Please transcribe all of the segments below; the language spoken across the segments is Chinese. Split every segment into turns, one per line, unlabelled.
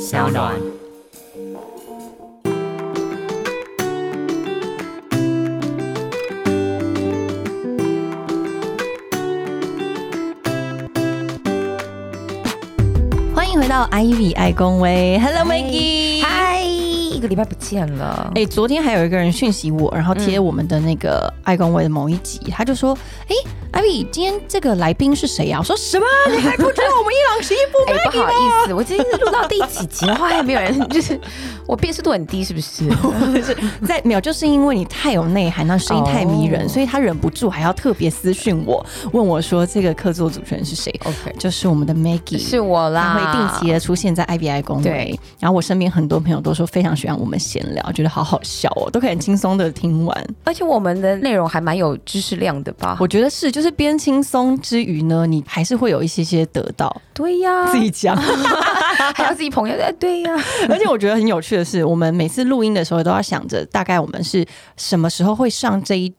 小暖。
欢迎回到 Ivy 爱公威，Hello Maggie。
嗨，一个礼拜不见了。
哎、昨天还有一个人讯息我，然后
嗯
贴我们的那个爱公卫的某一集，他就说：“哎、艾比，今天这个来宾是谁呀、啊？”我说：“ 什么？你还不知道我们伊朗十一部
哎、不好意思，我今天录到第几集的话，还没有人，就是我辨识度很低，是 不是？
在没有，就是因为你太有内涵，那声音太迷人
哎哦
所以他忍不住还要特别私讯我，问我说这个客座主持人是谁
OK
就是我们的 Maggie，
是
他
我啦，
会定期的出现在 IBI 公会
对，
然后我身边很多朋友都说非常喜欢我们闲聊，觉得好好笑哦，都可以很轻松的听完。
而且我们的内容还蛮有知识量的吧？
我觉得是，就是边轻松之余呢，你还是会有一些些得 到，
对呀、
自己讲。
还有自己朋友，哎，对呀、
而且我觉得很有趣的是，我们每次录音的时候都要想着大概我们是什么时候会上这一集。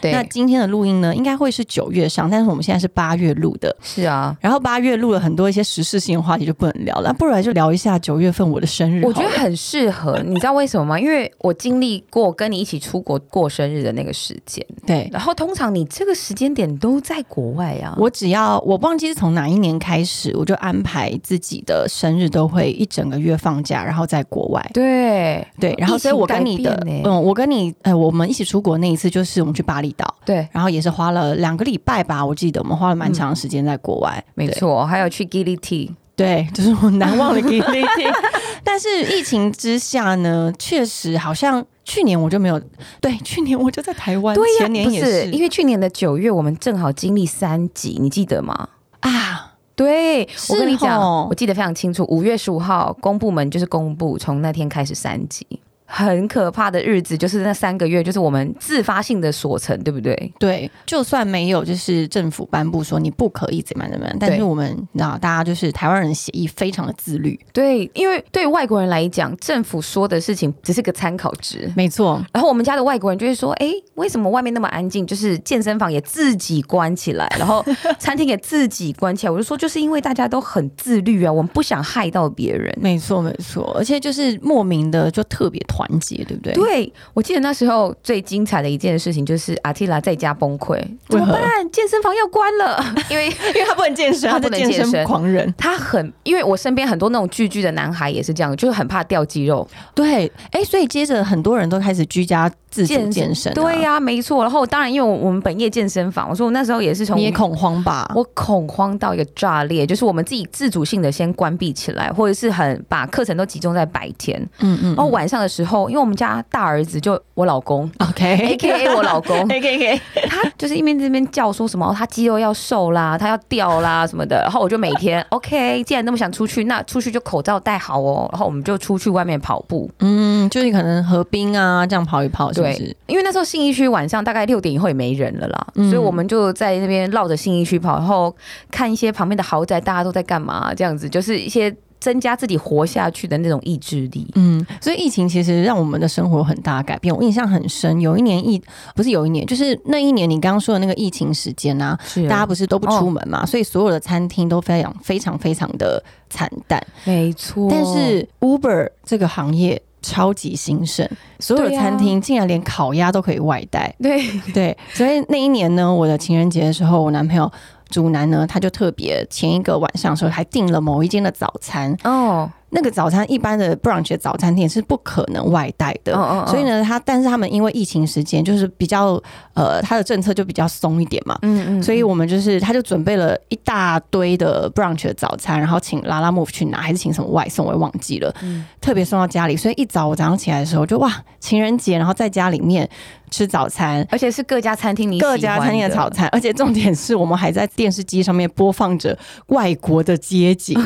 对
那今天的录音呢，应该会是九月上，但是我们现在是八月录的。
是啊。
然后八月录了很多一些时事性的话题就不能聊了，不然就聊一下九月份我的生日好
我
了。
觉得很适合，你知道为什么吗？因为我经历过跟你一起出国过生日的那个时间，
对，
然后通常你这个时间点都在国外啊。
我只要我忘记是从哪一年开始，我就安排自己的生日都会一整个月放假，然后在国外。
对
对，然后所以我跟你的
疫情改，变欸
嗯，我跟你，呃，我们一起出国那一次就是我们去巴厘岛，
对，
然后也是花了两个礼拜吧，我记得我们花了蛮长的时间在国外。
嗯没
对，
错，还有去 Gili T，
对， 就是我难忘的 g i l i t 但是疫情之下呢，确实好像去年我就没有，对，去年我就在台湾，
对呀，
前年
不
也
是，因
为
为去呃年的九月我们正好经历三级，你记得吗？
啊，
对，我跟你
是
讲，
哦
我记得非常清楚。五月十五号，公部门就是公布，从那天开始三级，很可怕的日子，就是那三个月，就是我们自发性的锁城，对不对？
对，就算没有就是政府颁布说你不可以怎么样怎么样，但是
对
我们你知道，大家就是台湾人的协议非常的自律，
对，因为对外国人来讲，政府说的事情只是个参考值。
没错，
然后我们家的外国人就会说：“哎，为什么外面那么安静？就是健身房也自己关起来，然后餐厅也自己关起来。”我就说：“就是因为大家都很自律啊，我们不想害到别人。”
没错，没错，而且就是莫名的就特别团结，对不对？
对，我记得那时候最精彩的一件事情就是阿提拉在家崩溃，怎么
为何
办？健身房要关了， 因为
因为他不能健身，
他
他
不
是
能
健
健
身
身
狂人。
他很，因为我身边很多那种巨巨的男孩也是这样，就是很怕掉肌肉。
对，哎、所以接着很多人都开始居家自主健身、啊
对、呀、没错。然后当然，因为我我们本业健身房，我说我那时候也是从
你也恐慌吧？
我恐慌到一个炸裂，就是我们自己自主性的先关闭起来，或者是很把课程都集中在白天，
嗯嗯
然后晚上的时候，因为我们家大儿子就我老公
，OK，
，A K A 我老公，
，A K K，
他就是一边这边叫说什么、哦他肌肉要瘦啦，他要掉啦什么的，然后我就每天 OK，既然那么想出去，那出去就口罩戴好哦，然后我们就出去外面跑步。
嗯，就是可能河滨啊，这样跑一跑，是不是
对？，因为那时候信义区晚上大概六点以后也没人了啦，
嗯
所以我们就在那边绕着信义区跑，然后看一些旁边的豪宅，大家都在干嘛，这样子就是一些增加自己活下去的那种意志力。
嗯，所以疫情其实让我们的生活有很大的改变。我印象很深，有一年疫不是有一年，就是那一年你刚刚说的那个疫情时间啊，
是
大家不是都不
哦
出门嘛，所以所有的餐厅都非常非常非常的惨淡。
没错，
但是 Uber 这个行业超级兴盛，所有的
对啊
餐厅竟然连烤鸭都可以外带。
对
对，所以那一年呢，我的情人节的时候，我男朋友竹南呢，他就特别前一个晚上的时候还订了某一间的早餐。
哦，
那个早餐一般的 brunch 的早餐店是不可能外带的。
嗯嗯嗯
所以呢，他但是他们因为疫情时间，就是比较呃，他的政策就比较松一点嘛，
嗯嗯，
所以我们就是，他就准备了一大堆的 brunch 的早餐，然后请拉拉 move 去拿，还是请什么外送，我也忘记了，
嗯
特别送到家里。所以一早我早上起来的时候就哇，情人节，然后在家里面吃早餐。
而且是各家餐厅你
各家
喜欢
餐厅的早餐，而且重点是我们还在电视机上面播放着外国的街 景，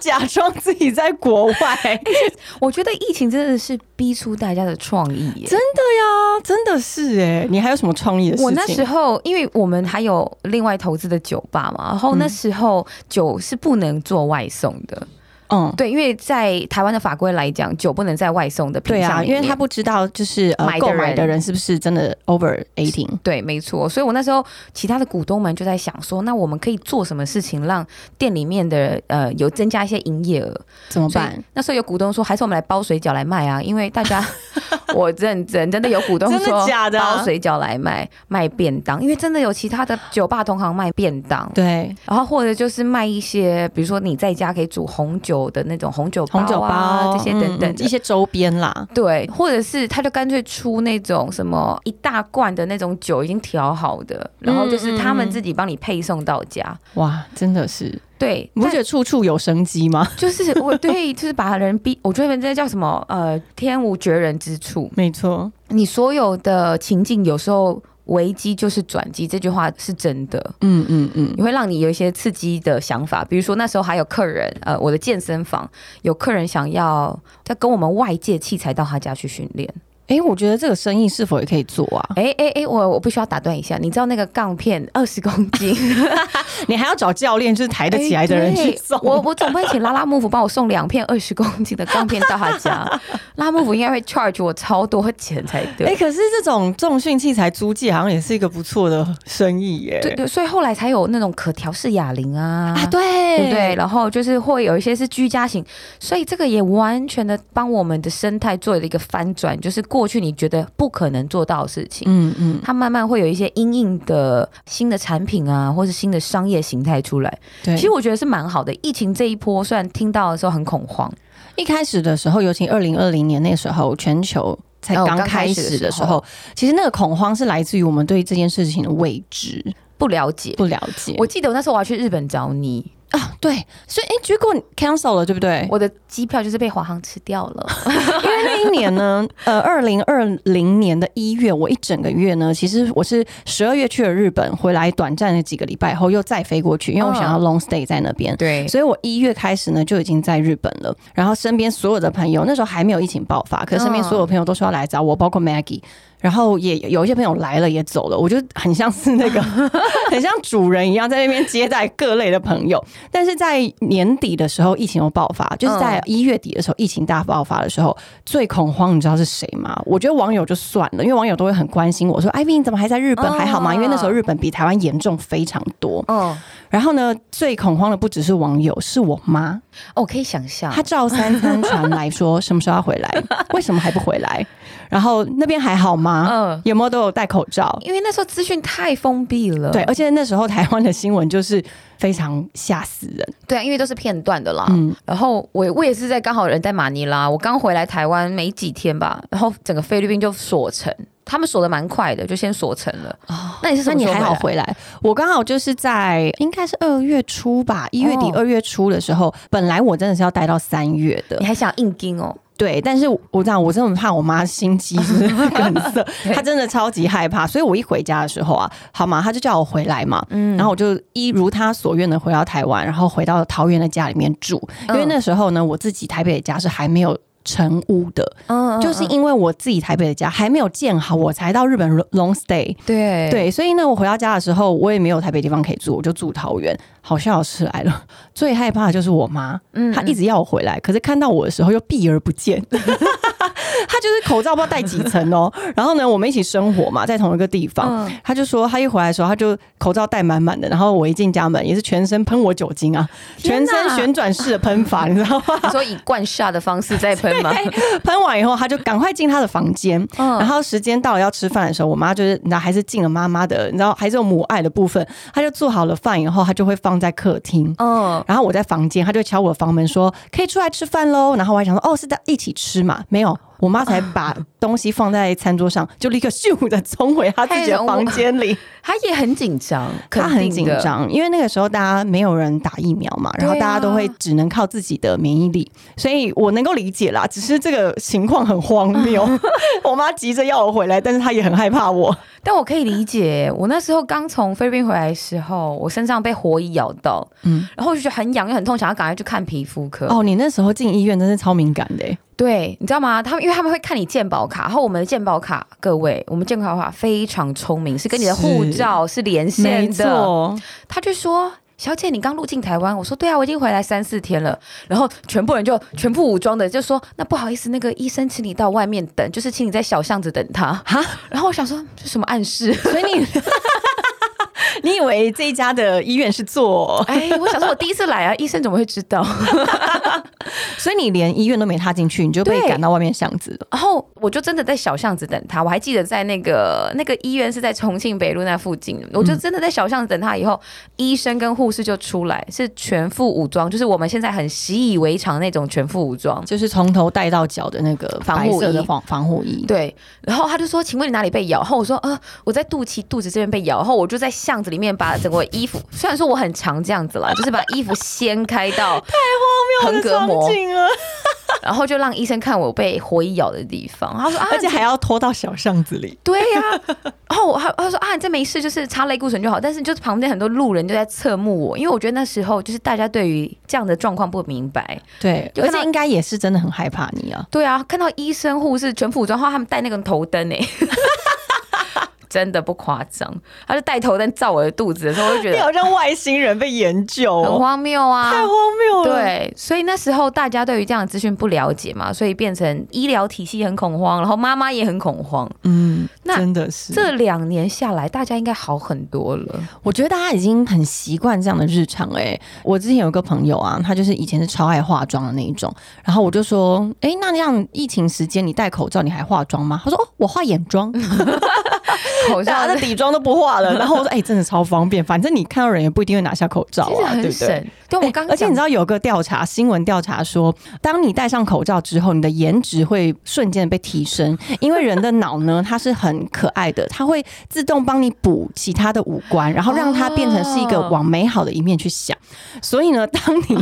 假装自己在国外。
我觉得疫情真的是逼出大家的创意耶。
真的呀，真的是哎、你还有什么创意的事情？
我那时候，因为我们还有
嗯
另外投资的酒吧嘛，然后那时候酒是不能做外送的，
嗯，
对，因为在台湾的法规来讲，酒不能在外送的品
对
项
啊，
里
因为
面
他不知道就是呃
买的
购买的
人
人是不是真的 over eighteen。
对，没错。所以我那时候其他的股东们就在想说，那我们可以做什么事情让店里面的呃有增加一些营业额？
怎么
所以
办？
那时候有股东说，还是我们来包水饺来卖啊，因为大 家我认真真的有股东
真的
说
假的啊
包水饺来卖卖便当，因为真的有其他的酒吧同行卖便当，
对，
然后或者就是卖一些，比如说你在家可以煮红酒的那种红酒
红
包啊
酒包、
这些等等
嗯
的
一些周边啦。
对，或者是他就干脆出那种什么一大罐的那种酒已经调好的，然后
嗯
就是他们自己帮你配送到家。
哇，真的是，
对，
你不觉得处处有生机吗？
但 就是我对，就是把人逼，我觉得这叫什么？呃，天无绝人之处。
没错，
你所有的情境有时候危机就是转机，这句话是真的。
嗯嗯嗯，
你会让你有一些刺激的想法，比如说那时候还有客人，呃，我的健身房有客人想要他跟我们外界器材到他家去训练。
哎、我觉得这个生意是否也可以做啊？
哎哎哎，我我必须要打断一下，你知道那个杠片二十公斤
你还要找教练，就是抬得起 来的人
哎对
去送。
我我总不能请拉拉幕府帮我送两片二十公斤的杠片到他家，拉拉幕府应该会 charge 我超多钱才对。
哎、可是这种重训器材租借好像也是一个不错的生意耶。
对对，所以后来才有那种可调式哑铃啊，
啊，对，
对不对？然后就是会有一些是居家型，所以这个也完全的帮我们的生态做了一个翻转，就是过去你觉得不可能做到的事情，
嗯嗯，
它慢慢会有一些因应的新的产品啊，或是新的商业形态出来。
对。其
其
实
实我觉得是蛮好的。疫情这一波，虽然听到的时候很恐慌，
一开始的时候，尤其二零二零年那时候，全球才
哦
刚
刚开
开
始的
始的
时
时候，其实那个恐慌是来自于我们对这件事情的未知、
不了解。
不了解。
我记得我那时候我要去日本找你，
啊，对，所以哎、结果你 cancel 了，对不对？
我的机票就是被华航吃掉了。
因为那一年呢，呃，二零二零年的一月，我一整个月呢，其实我是十二月去了日本，回来短暂的几个礼拜后又再飞过去，因为我想要 long stay 在那边。
对
所以我一月开始呢就已经在日本了，然后身边所有的朋友那时候还没有疫情爆发，可是身边所有朋友都说要来找我，包括 Maggie，然后也有一些朋友来了也走了，我就很像是那个很像主人一样在那边接待各类的朋友。但是在年底的时候，疫情又爆发，就是在一月底的时候，疫情大爆发的时候，最恐慌，你知道是谁吗？我觉得网友就算了，因为网友都会很关心我说：“艾薇，你怎么还在日本？
哦
还好吗？”因为那时候日本比台湾严重非常多。
嗯，
然后呢，最恐慌的不只是网友，是我妈，
哦，我可以想象
她，照三餐传来说什么时候要回 来，为什么还不回来？然后那边还好吗？
嗯，
有没有都有戴口罩？
因为那时候资讯太封闭了。
对，而且那时候台湾的新闻就是非常吓死人。
对啊，因为都是片段的啦。
嗯，
然后我我也是在刚好人在马尼拉，我刚回来台湾没几天吧，然后整个菲律宾就锁城，他们锁的蛮快的，就先锁城了。
哦，
那你是什
那
么
你
时候
还好
来
回来？我刚好就是在应该是二月初吧，一月底
哦
二月初的时候，本来我真的是要待到三月的
你，还想硬盯哦？
对，但是我我这样，我真的很怕我妈心肌就是 梗塞，她真的超级害怕，所以我一回家的时候啊，好嘛，她就叫我回来嘛，
嗯
然后我就一如她所愿的回到台湾，然后回到桃园的家里面住，因
嗯
为那时候呢，我自己台北的家是还没有。成屋的，
嗯
就是因为我自己台北的家还没有建好，我才到日本 long stay。
对
嗯对，所以呢，我回到家的时候，我也没有台北地方可以住，我就住桃园。好笑的事来了， 最害怕的就是我妈，
嗯
她一直要我回来，可是看到我的时候又避而不见。 她就是口罩不知道戴几层哦，然后呢，我们一起生活嘛，在同一个地方，
嗯
她就说她一回来的时候，她就口罩戴满满的，然后我一进家门也是全身喷我酒精啊，全
天哪
身旋转式的喷 法，你知道吗？哎
你说以灌下的方式在喷 吗？
喷完以后，她就赶快进她的房间，
嗯
然后时间到了要吃饭的时候，我妈就是你知道还是尽了妈妈的，你知道还是有母爱的部分，她就做好了饭以后，她就会放在客厅。
嗯，
然后我在房间，她就敲我的房门说可以出来吃饭喽。然后我还想说哦是在一起吃嘛，没有，我妈才把东西放在餐桌上，就立刻咻的冲回她自己的房间里。
他也很紧张，
她
肯
很
定
紧
的，
张，因为那个时候大家没有人打疫苗嘛，然后
对啊
大家都会只能靠自己的免疫力，所以我能够理解啦。只是这个情况很荒 谬，我妈急着要我回来，但是她也很害怕我。
但我可以理解，我那时候刚从菲律宾回来的时候，我身上被活蚁咬到，
嗯
然后我就觉得很痒又很痛，想要赶快去看皮肤科。
哦，你那时候进医院真是超敏感的、欸，
对，你知道吗？他们因为他们会看你健保卡，然后我们的健保卡，各位，我们健保卡非常聪明，是跟你的护照是连线的。，他就说。小姐，你刚入境台湾？”我说：“对啊，我已经回来三四天了。”然后全部人就全副武装的就说：“那不好意思，那个医生请你到外面等，就是请你在小巷子等他。”哈，然后我想说这什么暗示？
所以你你以为这一家的医院是做，
哎，我想说我第一次来啊，医生怎么会知道？
所以你连医院都没踏进去，你就被
对
赶到外面巷子了。
然后我就真的在小巷子等他，我还记得在那个那个医院是在重庆北路那附近，我就真的在小巷子等他。以后、医生跟护士就出来，是全副武装，就是我们现在很习以为常那种全副武装。
就是从头戴到脚的那个
防
白
护衣
色的防防护衣，
对，然后他就说：“请问你哪里被咬？”然后我说：“呃，我在肚脐、肚子这边被咬。”然后我就在巷子里面把整个衣服，虽然说我很常这样子啦，就是把衣服掀开到太荒谬横膈膜，
了，
然后就让医生看我被活蚁咬的地方。他说：“啊，
而且还要拖到小巷子里。
对呀、然后我还他说啊，你这没事，就是擦类固醇就好。但是就是旁边很多路人就在侧目我，因为我觉得那时候就是大家对于这样的状况不明白。
对，
就
而
看到
且应该也是真的很害怕你啊。
对啊，看到医生护士全副武装后，他们戴那个头灯哎、 真的不夸张，他就戴头灯照我的肚子的时候，我就觉得
好像外星人被研究
很荒谬啊，
谬。
对，所以那时候大家对于这样的资讯不了解嘛，所以变成医疗体系很恐慌，然后妈妈也很恐慌。
嗯，
那
真的是
这两年下来，大家应该好很 多了。
我觉得大家已经很习惯这样的日常、欸。我之前有一个朋友啊，他就是以前是超爱化妆的那一种，然后我就说，哎、那这样疫情时间你戴口罩你还化妆吗？他说，哦，我化眼妆，
口罩
的啊底妆都不化 了。然后我说，哎、真的超方便，反正你看到人也不一定会拿下口罩
其
啊，
实
对
很
不对？
省。对，我
欸
刚
而且你知
道，
道有个调查，新闻调查说，当你戴上口罩之后，你的颜值会瞬间被提 升，因为人的脑呢，它是很可爱的，它会自动帮你补其他的五官，然后让它变成是一个
哦
往美好的一面去想。所以 呢，当你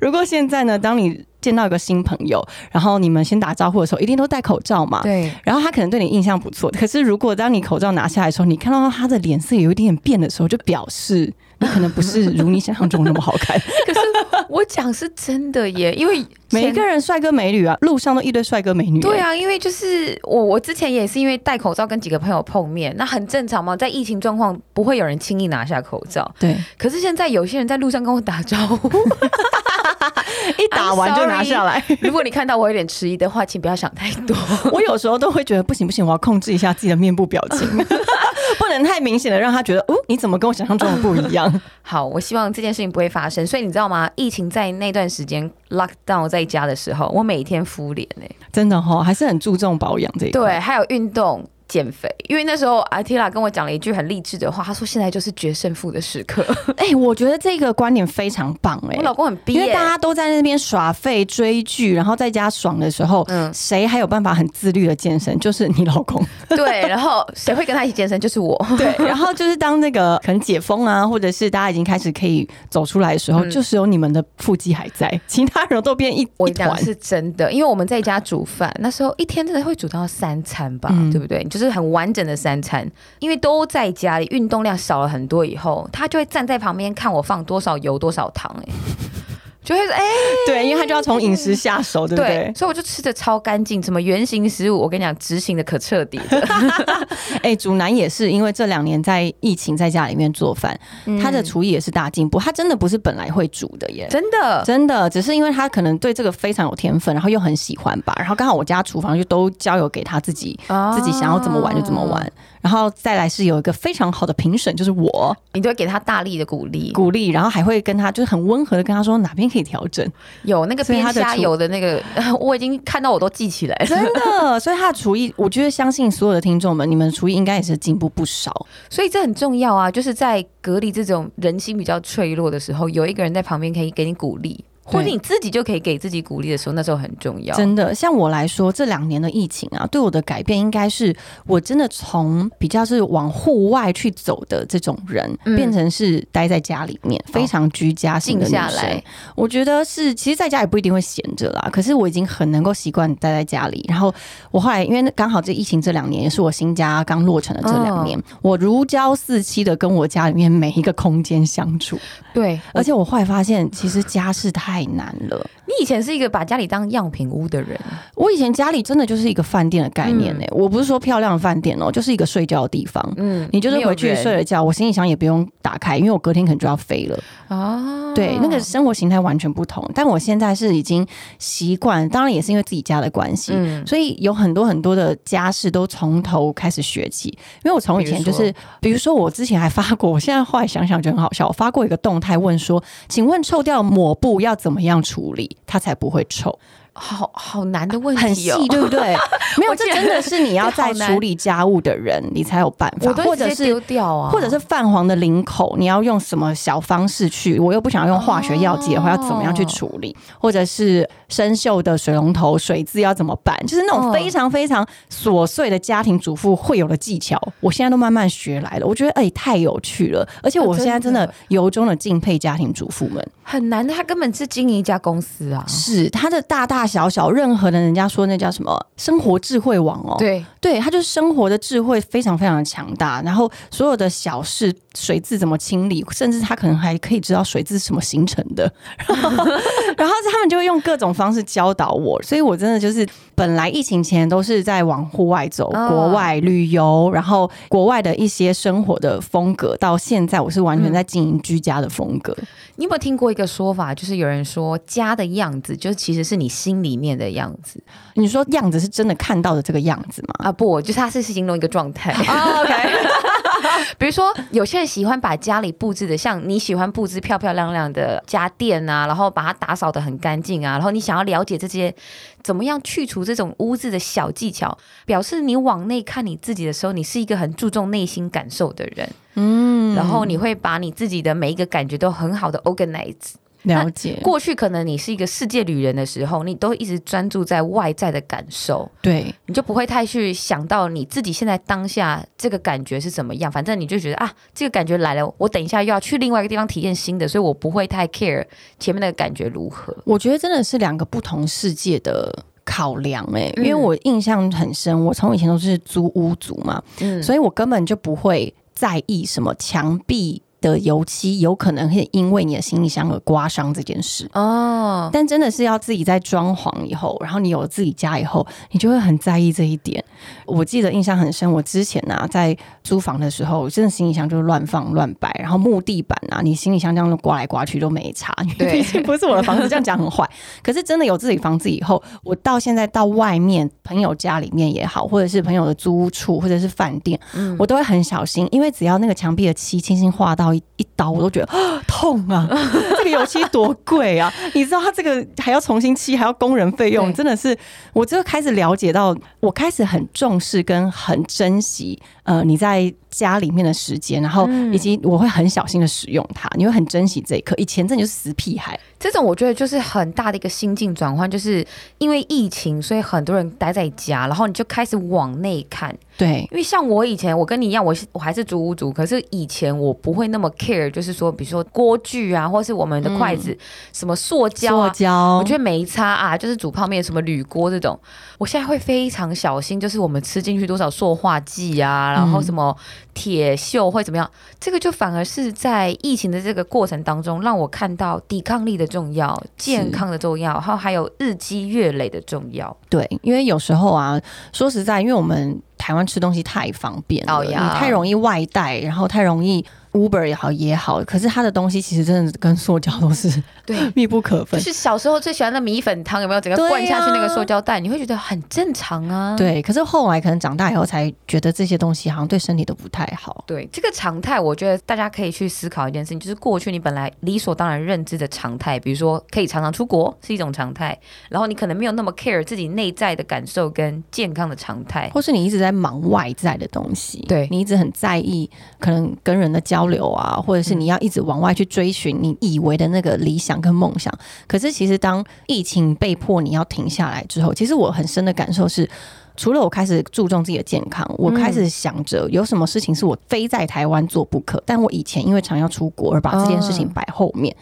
如果现在呢，当你见到一个新朋友，然后你们先打招呼的时候，一定都戴口罩嘛。
对，
然后他可能对你印象不错，可是如果当你口罩拿下来的时候，你看到他的脸色有一点点变的时候，就表示你可能不是如你想象中那么好 看。
可是我讲是真的耶，因为
每一
前
个人帅哥美女啊，路上都一堆帅哥美女、欸
对，啊，因为就是我，我之前也是因为戴口罩跟几个朋友碰面，那很正常嘛，在疫情状况不会有人轻易拿下口罩。
对，
可是现在有些人在路上跟我打招呼，
一打完就拿下来。
如果你看到我有点迟疑的话，请不要想太多。
我有时候都会觉得不行不行，我要控制一下自己的面部表 情，不能太明显的让他觉得哦，你怎么跟我想象中的不一样？
好，我希望这件事情不会发生。所以你知道吗？疫情在那段时间 lock down 在家的时候，我每天敷脸哎、
真的哦哈、还是很注重保养这一块。
对，还有运动减肥，因为那时候阿 t i l a 跟我讲了一句很励志的话，他说现在就是决胜负的时 刻。
哎、我觉得这个观点非常棒哎、
我老公很逼、欸
因为
耶
大家都在那边耍废追剧，然后在家爽的时候，
嗯
谁还有办法很自律的健身？就是你老 公。
对，然后谁会跟他一起健身？就是我。
对，然后就是当那个可能解封啊，或者是大家已经开始可以走出来的时候，
嗯
就只有你们的腹肌还在，其他人都变一
我
一
讲
团
的。是真的，因为我们在家煮饭，那时候一天真的会煮到三餐吧，
嗯
对不对？就是很完整的三餐，因为都在家里，运动量少了很多以后，他就会站在旁边看我放多少油、多少糖、 哎，就会说哎、
对，因为他就要从饮食下手，对不对？
所以我就吃的超干净，什么圆形食物，我跟你讲，执行的可彻底了。
哎、主男也是，因为这两年在疫情在家里面做饭，他的厨艺也是大进步。他真的不是本来会煮的耶。
真 的，
真的，只是因为他可能对这个非常有天分，然后又很喜欢吧。然后刚好我家厨房就都交由给他自己，自己想要怎么玩就怎么
哦，
玩。然后再来是有一个非常好的评审，就是我。
你都会给他大力的鼓励。
鼓励，然后还会跟他就是很温和的跟他说哪边可以调整，
有那个
所以
边
他的
虾
厨
油的那个， 我已经看到我都记起来了。
真的。 所以他的厨艺，我觉得相信所有的听众们，你们的厨艺应该也是进步不少。
所以这很重要啊，就是在隔离这种人心比较脆弱的时候，有一个人在旁边可以给你鼓励，
对
或者你自己就可以给自己鼓励的时候，那时候很重要。
真的，像我来说，这两年的疫情啊，对我的改变应该是我真的从比较是往户外去走的这种人，
嗯哦
变成是待在家里面，非常居家性
静
的女
下
生
来，
我觉得是，其实在家也不一定会闲着啦。可是我已经很能够习惯待在家里。然后我后来因为刚好这疫情这两年也是我新家刚落成的这两
嗯
年，我如胶似漆的跟我家里面每一个空间相处。
对，
而
而且
且我后来发现，其实家是太太难了。
你以前是一个把家里当样品屋的人，
我以前家里真的就是一个饭店的概念呢、我不是说漂亮的饭店哦、就是一个睡觉的地方。
嗯
你就是回去睡了觉，我行李箱也不用打开，因为我隔天可能就要飞了。
啊，
对，那个生活形态完全不同。但我现在是已经习惯，当然也是因为自己家的关系，
嗯
所以有很多很多的家事都从头开始学起。因为我从以前就是，比如说我之前还发过，我现在后来想想觉得很好笑，我发过一个动态问说：“请问臭掉抹布要怎么样处理，它才不会臭
好好难的？”问
很
题
细
哦，，
对不 对？没有，
我记
这
得
真的是你要在
这好难
处理家务的人，你才有办法，
我都
或
会直
者
接
是
丢掉啊，
或者是泛黄的领口，你要用什么小方式去？我又不想用化学药剂的话，
哦
要怎么样去处理？或者是生锈的水龙头水渍要怎么办？就是那种
哦
非常非常琐碎的家庭主妇会有的技巧，我现在都慢慢学来了。我觉得哎、太有趣了，而且
啊
我现在真
真的哦
的由衷的敬佩家庭主妇们，
很难的，他根本是经营一家公司啊，
是她的大大小小任何的，人家说那叫什么生活智慧网哦，
对，
对，他就是生活的智慧非常非常的强大，然后所有的小事水质怎么清理，甚至他可能还可以知道水质是什么形成的， 然后然后他们就会用各种方式教导我，所以我真的就是本来疫情前都是在往户外走，
哦
国外旅游，然后国外的一些生活的风格，到现在我是
嗯
完全在经营居家的风格，
你有没有听过一个说法，就是有人说家的样子，就是其实是你心里面的样子
你说样子是真的看到的这个样子吗？
啊？不，就是它是形容一个状态。
o k
比如说，有些人喜欢把家里布置的像你喜欢布置漂漂亮亮的家电啊，然后把它打扫的很干净啊，然后你想要了解这些怎么样去除这种污渍的小技巧，表示你往内看你自己的时候，你是一个很注重内心感受的人，
嗯，
然后你会把你自己的每一个感觉都很好的 organize。
了解，
过去可能你是一个世界旅人的时候，你都一直专注在外在的感受，
对。
你就不会太去想到你自己现在当下这个感觉是怎么样。反正你就觉得啊，这个感觉来了，我等一下又要去另外一个地方体验新的，所以我不会太 care 前面那个感觉如何。
我觉得真的是两个不同世界的。考量哎、欸，因
嗯
为我印象很深，我从以前都是租屋族嘛，
嗯，
所以我根本就不会在意什么墙壁的油漆有可能会因为你的行李箱而刮伤这件事。
哦，
但真的是要自己在装潢以后，然后你有了自己家以后，你就会很在意这一点。我记得印象很深，我之前啊在租房的时候，真的行李箱就是乱放乱摆，然后木地板啊，你行李箱这样刮来刮去都没差，因为
对
毕竟不是我的房子，这样讲很坏。可是真的有自己房子以后，我到现在到外面朋友家里面也好，或者是朋友的租屋处或者是饭店，
嗯
我都会很小心，因为只要那个墙壁的漆轻轻划到一一刀，我都觉得啊痛啊！ 这个油漆多贵 啊！你知道它这个还要重新漆，还要工人费用，
对
真的是我就开始了解到，我开始很重视跟很珍惜呃你在家里面的时间，然
嗯
后以及我会很小心的使用它，你会很珍惜这一刻。以前真的就是死屁孩，
这种我觉得就是很大的一个心境转换，就是因为疫情，所以很多人待在家，然后你就开始往内看。
对
因为像我以前，我跟你一样，我是我还是租屋族，可是以前我不会那么 care，就是说，比如说锅具啊，或是我们的筷子，什么塑胶
塑
啊。
胶，
我觉得没差啊，就是煮泡面什么铝锅这种，我现在会非常小心，就是我们吃进去多少塑化剂啊，然后什么铁锈会怎么样，这个就反而是在疫情的这个过程当中，让我看到抵抗力的重要、健康的重要，然后还有日积月累的重要。
对，因为有时候啊，说实在，因为我们台湾吃东西太方便了，
哦呀
你太容易外带，然后太容易 Uber 也好也好，可是它的东西其实真的跟塑胶都是
对，
密不可
就
分。
是小时候最喜欢的米粉汤，有没有？整个灌下去那个塑胶袋，你会觉得很正常啊。
对，可是后来可能长大以后才觉得这些东西好像对身体都不太好。
对，这个常态，我觉得大家可以去思考一件事情，就是过去你本来理所当然认知的常态，比如说可以常常出国是一种常态，然后你可能没有那么 care 自己内在的感受跟健康的常态。
或是你一直在忙外在的东西，
对
你一直很在意，可能跟人的交流啊，或者
嗯
是你要一直往外去追寻你以为的那个理想跟梦想。可是其实当疫情被迫你要停下来之后，其实我很深的感受是。除了我开始注重自己的健康，
嗯
我开始想着有什么事情是我非在台湾做不可。但我以前因为常要出国而把这件事情
哦
摆后面。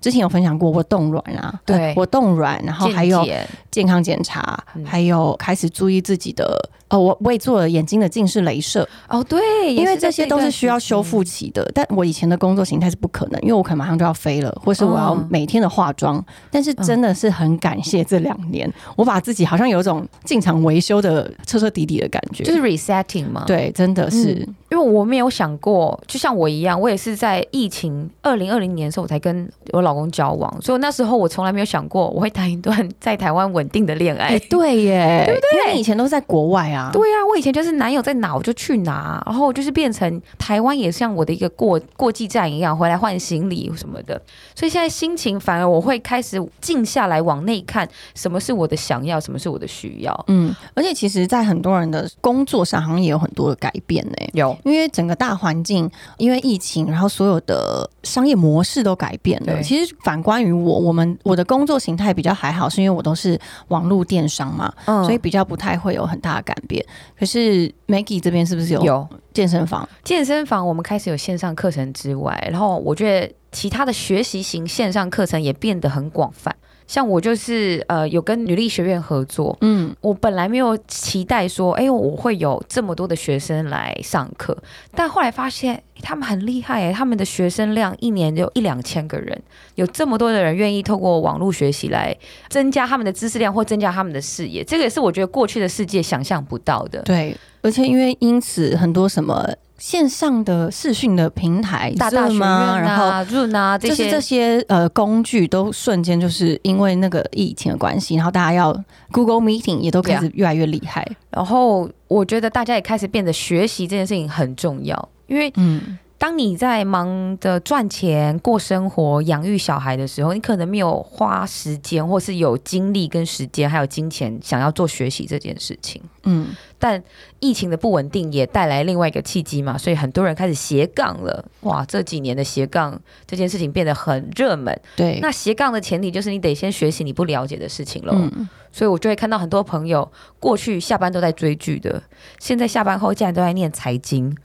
之前有分享过我冻卵啊，
对
我冻卵，然后还有
见解
健康检查，还有开始注意自己的。呃，我我也做了眼睛的近视雷射，
哦，对，也
因为
是在
这些都
一
是
段
需要
时
修复期的。但我以前的工作形态是不可能，因为我可能马上就要飞了，或是我要
嗯
每天的化妆。但是真的是很感谢这两年，我把自己好像有一种进场维修的彻彻底底的感觉。
间，就是 resetting 嘛。，
对，真的是、
因为我没有想过，就像我一样，我也是在疫情二零二零年的时候，我才跟我老公交往，所以那时候我从来没有想过我会谈一段在台湾稳定的恋爱。
哎、对耶，
对不对
因为你以前都是在国外啊，
对啊，我以前就是男友在哪我就去哪，然后就是变成台湾也像我的一个过过继站一样，回来换行李什么的。所以现在心情反而我会开始静下来往内看，什么是我的想要，什么是我的需要。
嗯，而且其实，在很多人的工作上，好像也有很多的改变呢、
有
因为整个大环境，因为疫情，然后所有的商业模式都改变了。
对
其实反观于我，我们我的工作形态比较还好，是因为我都是网络电商嘛，
嗯
所以比较不太会有很大的改变。可是 Maggie 这边是不是有
有
健身房？
健身房，我们开始有线上课程之外，然后我觉得其他的学习型线上课程也变得很广泛。像我就是呃有跟女力学院合作，
嗯，
我本来没有期待说，哎、我会有这么多的学生来上课，但后来发现、诶他们很厉害、哎诶他们的学生量一年有一两千个人，有这么多的人愿意透过网络学习来增加他们的知识量或增加他们的视野，这个也是我觉得过去的世界想象不到的。
对，而且因为因此很多什么线上的视讯的平台，
大大学
Zoom
院
啊然后
啊、润啊这
就是
些
这些呃工具都瞬间就是因为那个疫情的关系，然后大家要 Google Meeting 也都开始越来越厉害。
然后我觉得大家也开始变得学习这件事情很重要，因为
嗯，
当你在忙着赚钱、过生活、养育小孩的时候，你可能没有花时间，或是有精力跟时间，还有金钱，想要做学习这件事情。
嗯，
但疫情的不稳定也带来另外一个契机嘛，所以很多人开始斜杠了。哇，这几年的斜杠这件事情变得很热门。
对，
那斜杠的前提就是你得先学习你不了解的事情喽。
嗯，
所以我就会看到很多朋友过去下班都在追剧的，现在下班后竟然都在念财经，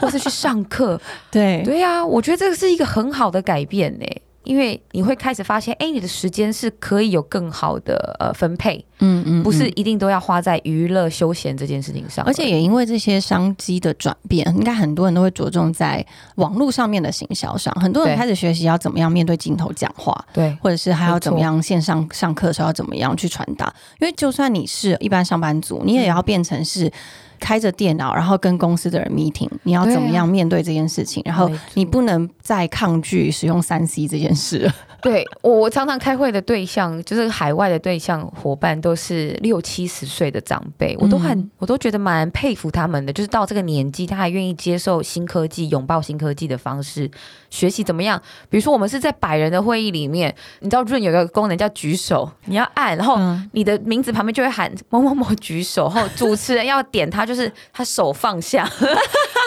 或是去上课。
对，
对啊，我觉得这个是一个很好的改变呢、因为你会开始发现，哎、你的时间是可以有更好的呃分配，
嗯嗯，
不是
嗯。
一定都要花在娱乐休闲这件事情上了。
而且也因为这些商机的转变，应该很多人都会着重在网络上面的行销上。很多人
对
开始学习要怎么样面对镜头讲话，
对，
或者是还要
没错
怎么样线上上课的时候要怎么样去传达？因为就算你是一般上班族，你也要变成是开着电脑，然后跟公司的人 meeting，你要
对啊
怎么样面对这件事情？然后
没错
你不能再抗拒使用三 C 这件事了。
对我，我常常开会的对象就是海外的对象伙伴，都是六七十岁的长辈，我都很、
嗯
我都觉得蛮佩服他们的，就是到这个年纪，他还愿意接受新科技、拥抱新科技的方式学习怎么样。比如说，我们是在百人的会议里面，你知道润有个功能叫举手，你要按，然后
嗯，
你的名字旁边就会喊某某某举手，然后主持人要点他，就是他手放下，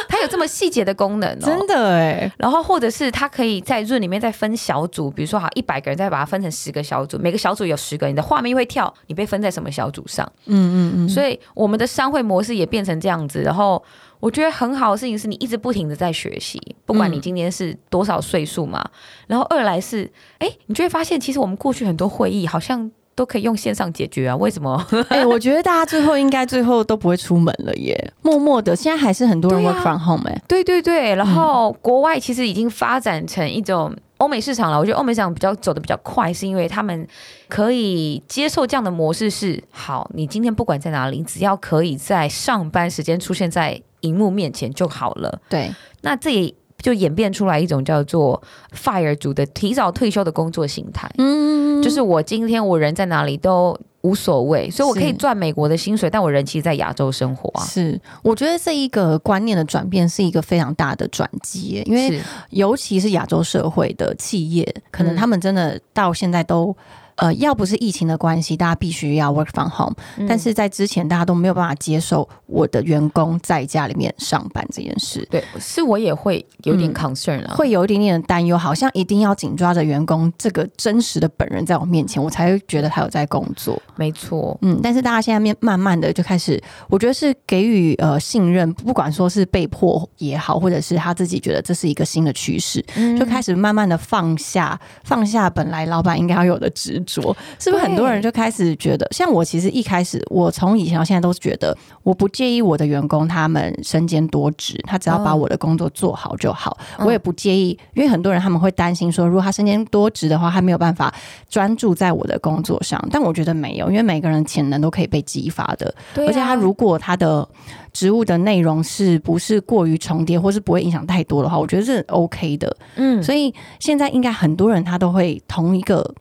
他有这么细节的功能哦，
真的哎、
然后或者是他可以在润里面再分小组，比如说好一百个人，再把它分成十个小组，每个小组有十个，你的画面会跳，你被分在什么小组上。
嗯嗯嗯，
所以我们的商会模式也变成这样子。然后我觉得很好的事情是你一直不停的在学习，不管你今年是多少岁数嘛。然后二来是，哎，你就会发现其实我们过去很多会议好像都可以用线上解决啊，为什么？
哎、我觉得大家最后应该最后都不会出门了耶，默默的，现在还是很多人
对啊
work from home 哎、
对对对，然后国外其实已经发展成一种欧美市场了。我觉得欧美市场比较走的比较快，是因为他们可以接受这样的模式是：好，你今天不管在哪里，只要可以在上班时间出现在荧幕面前就好了。
对，
那这也就演变出来一种叫做 “fire 族”的提早退休的工作形态。
嗯
就是我今天我人在哪里都无所谓，所以我可以
是
赚美国的薪水，但我人其实在亚洲生活啊。
是，我觉得这一个观念的转变是一个非常大的转机耶，因为
是
尤其是亚洲社会的企业，可能
嗯
他们真的到现在都。呃，要不是疫情的关系，大家必须要 work from home，、但
嗯
是在之前大家都没有办法接受我的员工在家里面上班这件事，
对，是我也会有点
嗯
concern 啊。
会有一点点的担忧，好像一定要紧抓着员工这个真实的本人在我面前，我才会觉得他有在工作。
没错，
嗯，但是大家现在面慢慢的就开始，我觉得是给予呃信任，不管说是被迫也好，或者是他自己觉得这是一个新的趋势，就开
始
始慢慢的放下放下本来老板应该要有的执着，是不是很多人就开始觉得？像我其实一开始，我从以前到现在都觉得，我不介意我的员工他们身兼多职，他只要把
哦
我的工作做好就好，
嗯
我也不介意。因为很多人他们会担心说，如果他身兼多职的话，他没有办法专注在我的工作上。但我觉得没有，因为每个人潜能都可以被激发的。
对啊
而且它如果它的植物的内容是不是过于重叠，或是不会影响太多的话，我觉得是 OK 的。
嗯
所以现在应该很多人他都会同一个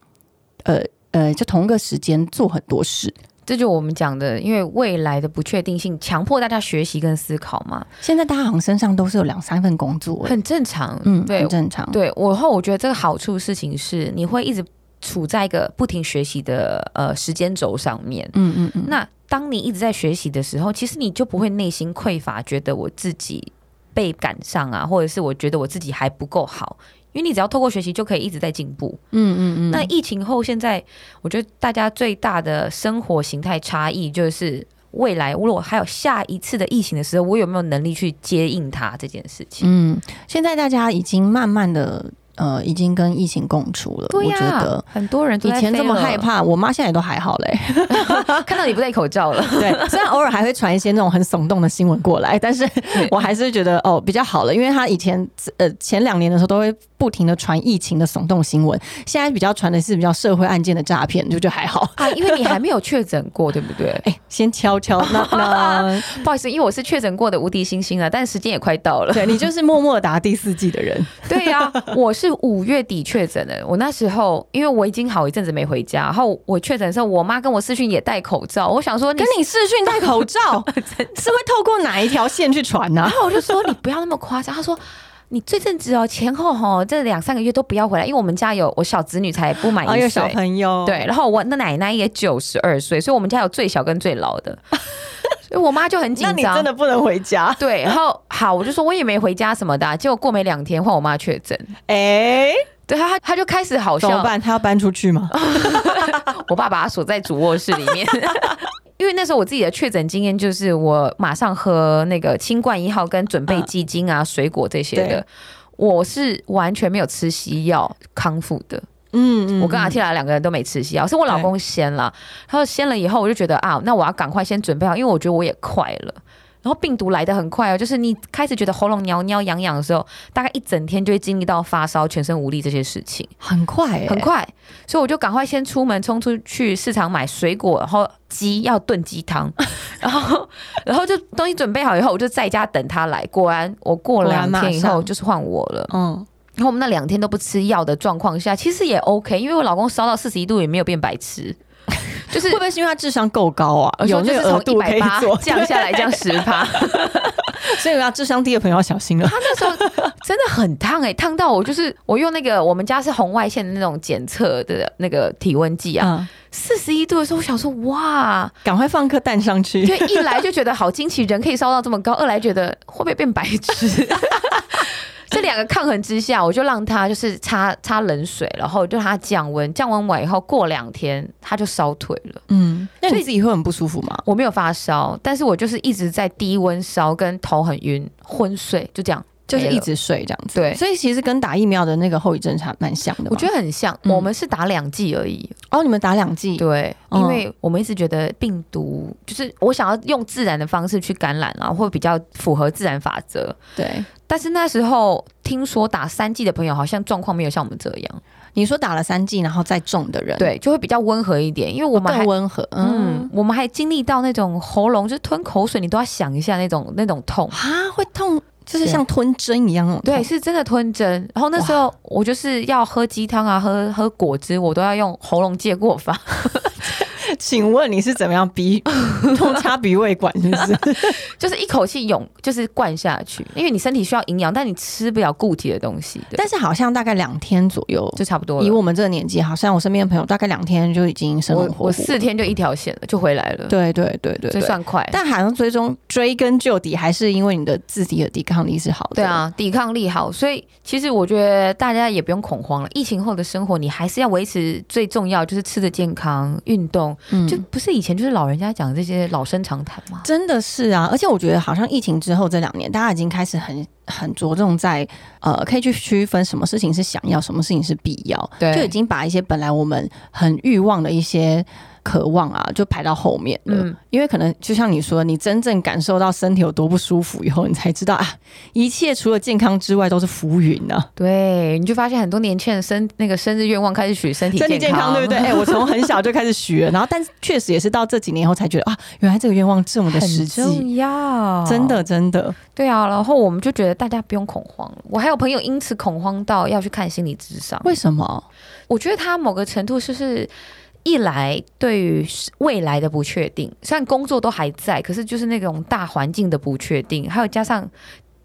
呃呃，就同一个时间做很多事。
这就我们讲的，因为未来的不确定性强迫大家学习跟思考嘛，
现在大家好像身上都是有两三份工作、欸
很正常。
嗯，
对
很正常。
对我后我觉得这个好处事情是，你会一直处在一个不停学习的呃时间轴上面。
嗯嗯嗯，
那当你一直在学习的时候，其实你就不会内心匮乏，觉得我自己被赶上啊，或者是我觉得我自己还不够好。因为你只要透过学习就可以一直在进步。
嗯嗯嗯，
那疫情后，现在我觉得大家最大的生活形态差异就是未来如果还有下一次的疫情的时候，我有没有能力去接应它这件事情？
嗯，现在大家已经慢慢的呃，已经跟疫情共处了。
对
我
呀、
觉得
很多人都在
以前这么
飞了
害，怕，我妈现在也都还好嘞。
看到你不戴口罩了，
对，虽然偶尔还会传一些那种很耸动的新闻过来，但是我还是觉得哦比较好了，因为他以前呃前两年的时候都会不停的传疫情的耸动新闻，现在比较传的是比较社会案件的诈骗，就觉得还 好。
啊，因为你还没有确诊过， 对不对？
哎、先悄悄 那那，
不好意思，因为我是确诊过的无敌星星了，但时间也快到了。
对你就是默默打第四季的人，
对呀、我是五月底确诊的。我那时候因为我已经好一阵子没回家，然后我确诊的时候，我妈跟我视讯也戴口罩。我想说你
跟，你视讯戴口罩， 哦是会透过哪一条线去传啊 呢、
然后我就说你不要那么夸张。她说。你这阵子哦，前后哦，这两三个月都不要回来，因为我们家有我小侄女才不满
啊？
一
有
岁
小，朋友，
对，然后我那奶奶也九十二岁，所以我们家有最小跟最老的，所以我妈就很紧
那
张。
你真的不能回 家，
对，然后好，我就说我也没回家什么的啊、结果过没两天换我妈确诊，
哎、
对他他就开始好
怎么
像
办？他要搬出去吗？
我爸把他锁在主卧室里面。 因为那时候我自己的确诊经验就是，我马上喝那个清冠一号跟准备基金啊、水果这些的
对，
我是完全没有吃西药康复的。
嗯
我跟阿 T 拉两个人都没吃西药，是我老公先了，然后先了以后，我就觉得啊，那我要赶快先准备好，因为我觉得我也快了。然后病毒来的很快哦，就是你开始觉得喉咙挠挠痒痒的时候，大概一整天就会经历到发烧、全身无力这些事情，
很快、欸，
很快。所以我就赶快先出门冲出去市场买水果，然后鸡要炖鸡 汤，然后然后就东西准备好以后，我就在家等他来。果然，我过
果然
两天以
马
后
上
就是换我了。
嗯。
然后我们那两天都不吃药的状况下，其实也 OK，因为我老公烧到四十一度也没有变白痴，就是
会不会是因为他智商够高啊？
我
有
说就
那
是
个额
从一
度可
百
以
八
做
降下来，降十趴。
对所以要智商低的朋友要小心了。
他那时候真的很烫哎、烫到我就是我用那个我们家是红外线的那种检测的那个体温计啊，
嗯，
四十一度的时候我想说哇，
赶快放颗蛋上去。
就一来就觉得好惊奇，人可以烧到这么高；二来觉得会不会变白痴。 这两个抗衡之下，我就让他就是擦擦冷水，然后就让他降温。降温完以后，过两天他就烧腿了。
嗯，那
所
你
以
自己会很不舒服吗？
我没有发烧，但是我就是一直在低温烧，跟头很晕、昏睡，就这样。
就是
没了
一直睡这样子。
对
所以其实跟打疫苗的那个后遗症差蛮像的嘛。
我觉得很像，
嗯
我们是打两剂而已。
哦，你们打两剂，
对，
嗯
因为我们一直觉得病毒就是我想要用自然的方式去感染啊，会比较符合自然法则。
对，
但是那时候听说打三剂的朋友好像状况没有像我们这样，
你说打了三剂然后再中的人，，
对，就会比较温和一点，因为我们还
更。温和。
嗯
哦嗯，，
我们还经历到那种喉咙就是吞口水，你都要想一下那种那种痛，
啊，会痛，就是像吞针一样哦那种痛。
对，是真的吞针。然后那时候我就是要喝鸡汤啊，喝喝果汁，我都要用喉咙借过法。
请问你是怎么样鼻痛插鼻胃管，是不是？
就是一口气涌，就是灌下去，因为你身体需要营养，但你吃不了固体的东西，对，
但是好像大概两天左右，
就差不多
以
了。
我们这个年纪，好像我身边的朋友大概两天就已经生龙
我
活
我
虎。
四天就一条线了，就回来了，
对对对对
这
对。
算快。
但好像最终追根究底，还是因为你的自己的抵抗力是好的。
对，啊，抵抗力好，所以其实我觉得大家也不用恐慌了。疫情后的生活，你还是要维持最重要，就是吃的健康、运动，
嗯
就不是以前就是老人家讲这些老生常谈嘛。
真的是啊，而且我觉得好像疫情之后这两年，大家已经开始很很着重在呃，可以去区分什么事情是想要，什么事情是必要，
对
就已经把一些本来我们很欲望的一些渴望啊，就排到后面了。
嗯
因为可能就像你说，你真正感受到身体有多不舒服以后，你才知道啊，一切除了健康之外都是浮云呐、啊。
对，你就发现很多年轻人生那个生日愿望开始许身体
身体健康 对不对？哎、我从很小就开始学，然后但是确实也是到这几年以后才觉得啊，原来这个愿望这么的实
很
际，
重要，
真的真的。
对啊，然后我们就觉得大家不用恐慌。我还有朋友因此恐慌到要去看心理智商。
为什么？
我觉得他某个程度就是一来对于未来的不确定，虽然工作都还在，可是就是那种大环境的不确定，还有加上。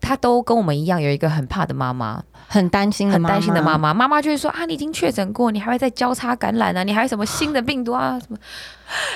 他都跟我们一样，有一个很怕的妈妈，
很担心的
很
嗯妈妈，
担心的妈妈。妈妈就会说啊，你已经确诊过，你还会再交叉感染啊，你还有什么新的病毒 啊？什么？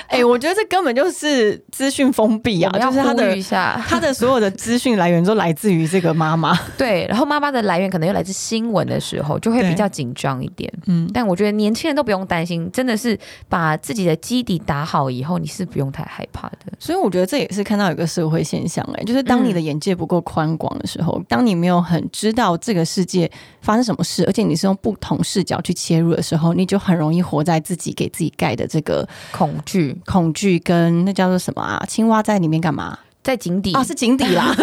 哎、我觉得这根本就是资讯封闭啊
我，们
就是他
要呼吁
的
一下。
他的所有的资讯来源都来自于这个妈妈。
对，然后妈妈的来源可能又来自新闻的时候，就会
对
比较紧张一点。
嗯，
但我觉得年轻人都不用担心，真的是把自己的基底打好以后，你是不用太害怕的。
所以我觉得这也是看到有个社会现象、哎，就是当你
嗯
的眼界不够宽广的时候，当你没有很知道这个世界发生什么事，而且你是用不同视角去切入的时候，你就很容易活在自己给自己盖的这个
恐惧
恐惧跟那叫做什么啊？青蛙在里面干嘛？
在井底
啊，是井底 啦。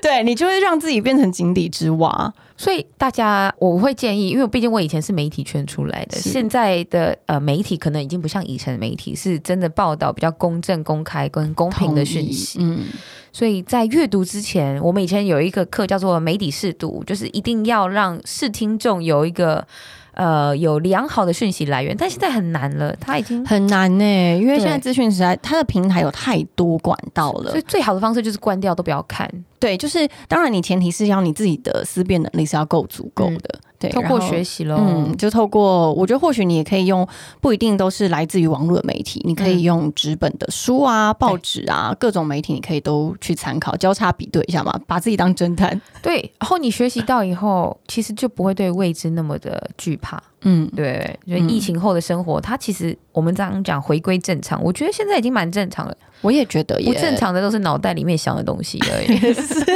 对你就会让自己变成井底之 蛙。
所以大家我会建议，因为毕竟我以前是媒体圈出来的，
是
现在的呃媒体可能已经不像以前的媒体，是真的报道比较公正、公开跟公平的讯息。
同意，嗯。
所以在阅读之前，我们以前有一个课叫做媒体试读，就是一定要让视听众有一个呃有良好的讯息来源，但现在很难了，他已经。
很难呢、因为
对
现在资讯时代，它的平台有太多管道
所
了
以。最好的方式就是关掉，都不要看，
对，就是当然，你前提是要你自己的思辨能力是要够足够的。对，
嗯透过
然后
学。习喽。
嗯，就透过我觉得或许你也可以用，不一定都是来自于网络的媒体，你可
嗯
以用纸本的书啊、报纸啊，各种媒体你可以都去参考，交叉比对一下嘛，把自己当侦探。
对，然后你学习到以后，其实就不会对未知那么的惧怕。
嗯，
对，就是疫情后的生活，它其实我们这样讲回归正常，我觉得现在已经蛮正常了。
我也觉得
不
也
正。常的都是脑袋里面想的东西而已。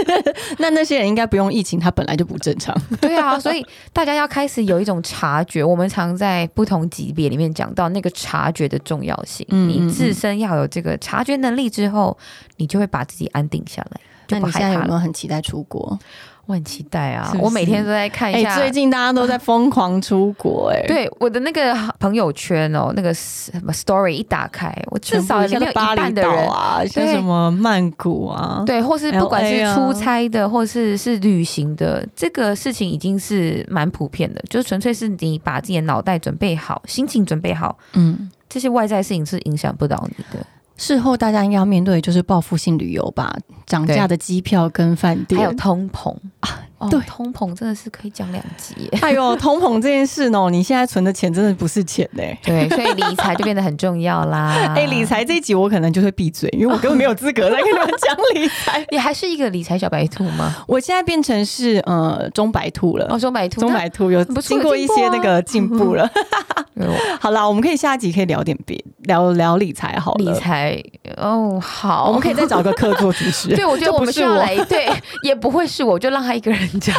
那那些人应该不用疫情，他本来就不正常。
对啊，所以大家要开始有一种察觉。我们常在不同级别里面讲到那个察觉的重要性，
嗯嗯
你自身要有这个察觉能力之后，你就会把自己安定下来， 就
那
不
你现
害
在有
怕
没
了。
有很期待出国？
我很期待啊，
是不是
我每天都在看一
哎、
下。
最近大家都 在疯狂出国、哎，
对我的那个朋友圈哦，那个什么 story 一打开，我至少里
像
面有一
巴
半
厘
的
岛
人
啊，像
对
什么曼谷啊，
对，或是不管
LA
是
啊
出差的，或是是旅行的，这个事情已经是蛮普遍的，就是纯粹是你把自己的脑袋准备好，心情准备好，
嗯，
这些外在事情是影响不到你的。
事后大家应该要面对的就是报复性旅游吧，涨价的机票跟饭店，
还有通膨啊
对
通膨真的是可以讲两集耶。
哎呦通膨这件事呢，你现在存的钱真的不是钱呢、
对，所以理财就变得很重要啦。。
哎、理，财这一集我可能就会闭嘴，因为我根本没有资格再跟你们讲理财
你还是一个理财小白兔吗？
我现在变成是呃中白兔了，
哦，说白兔，
中
那
白兔有
不错
经过一
有
些
进步啊
那个进步了。
哎呦
好啦，我们可以下一集可以聊点别聊聊理财好
理
了，
财哦，好，
我们可以再找个客座主持人。
对，我觉得
就不
我们
是
需要
我
来，对，也不会是我，就让他一个人讲。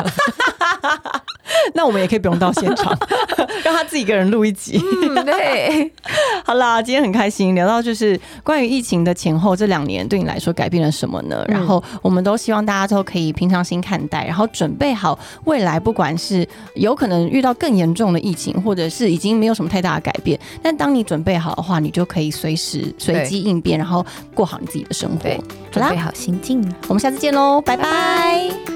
那我们也可以不用到现 场，让他自己一个人录一集。
嗯，对。
好啦，今天很开心聊到就是关于疫情的前后这两年对你来说改变了什么呢？然后我们都希望大家都可以平常心看待，然后准备好未来，不管是有可能遇到更严重的疫情，或者是已经没有什么太大的改变，但当你准备好的话，你就可以随时随机应变，然后过好你自己的生活
对。
好
准
啦
备，好心境了。
我们下次见喽，拜拜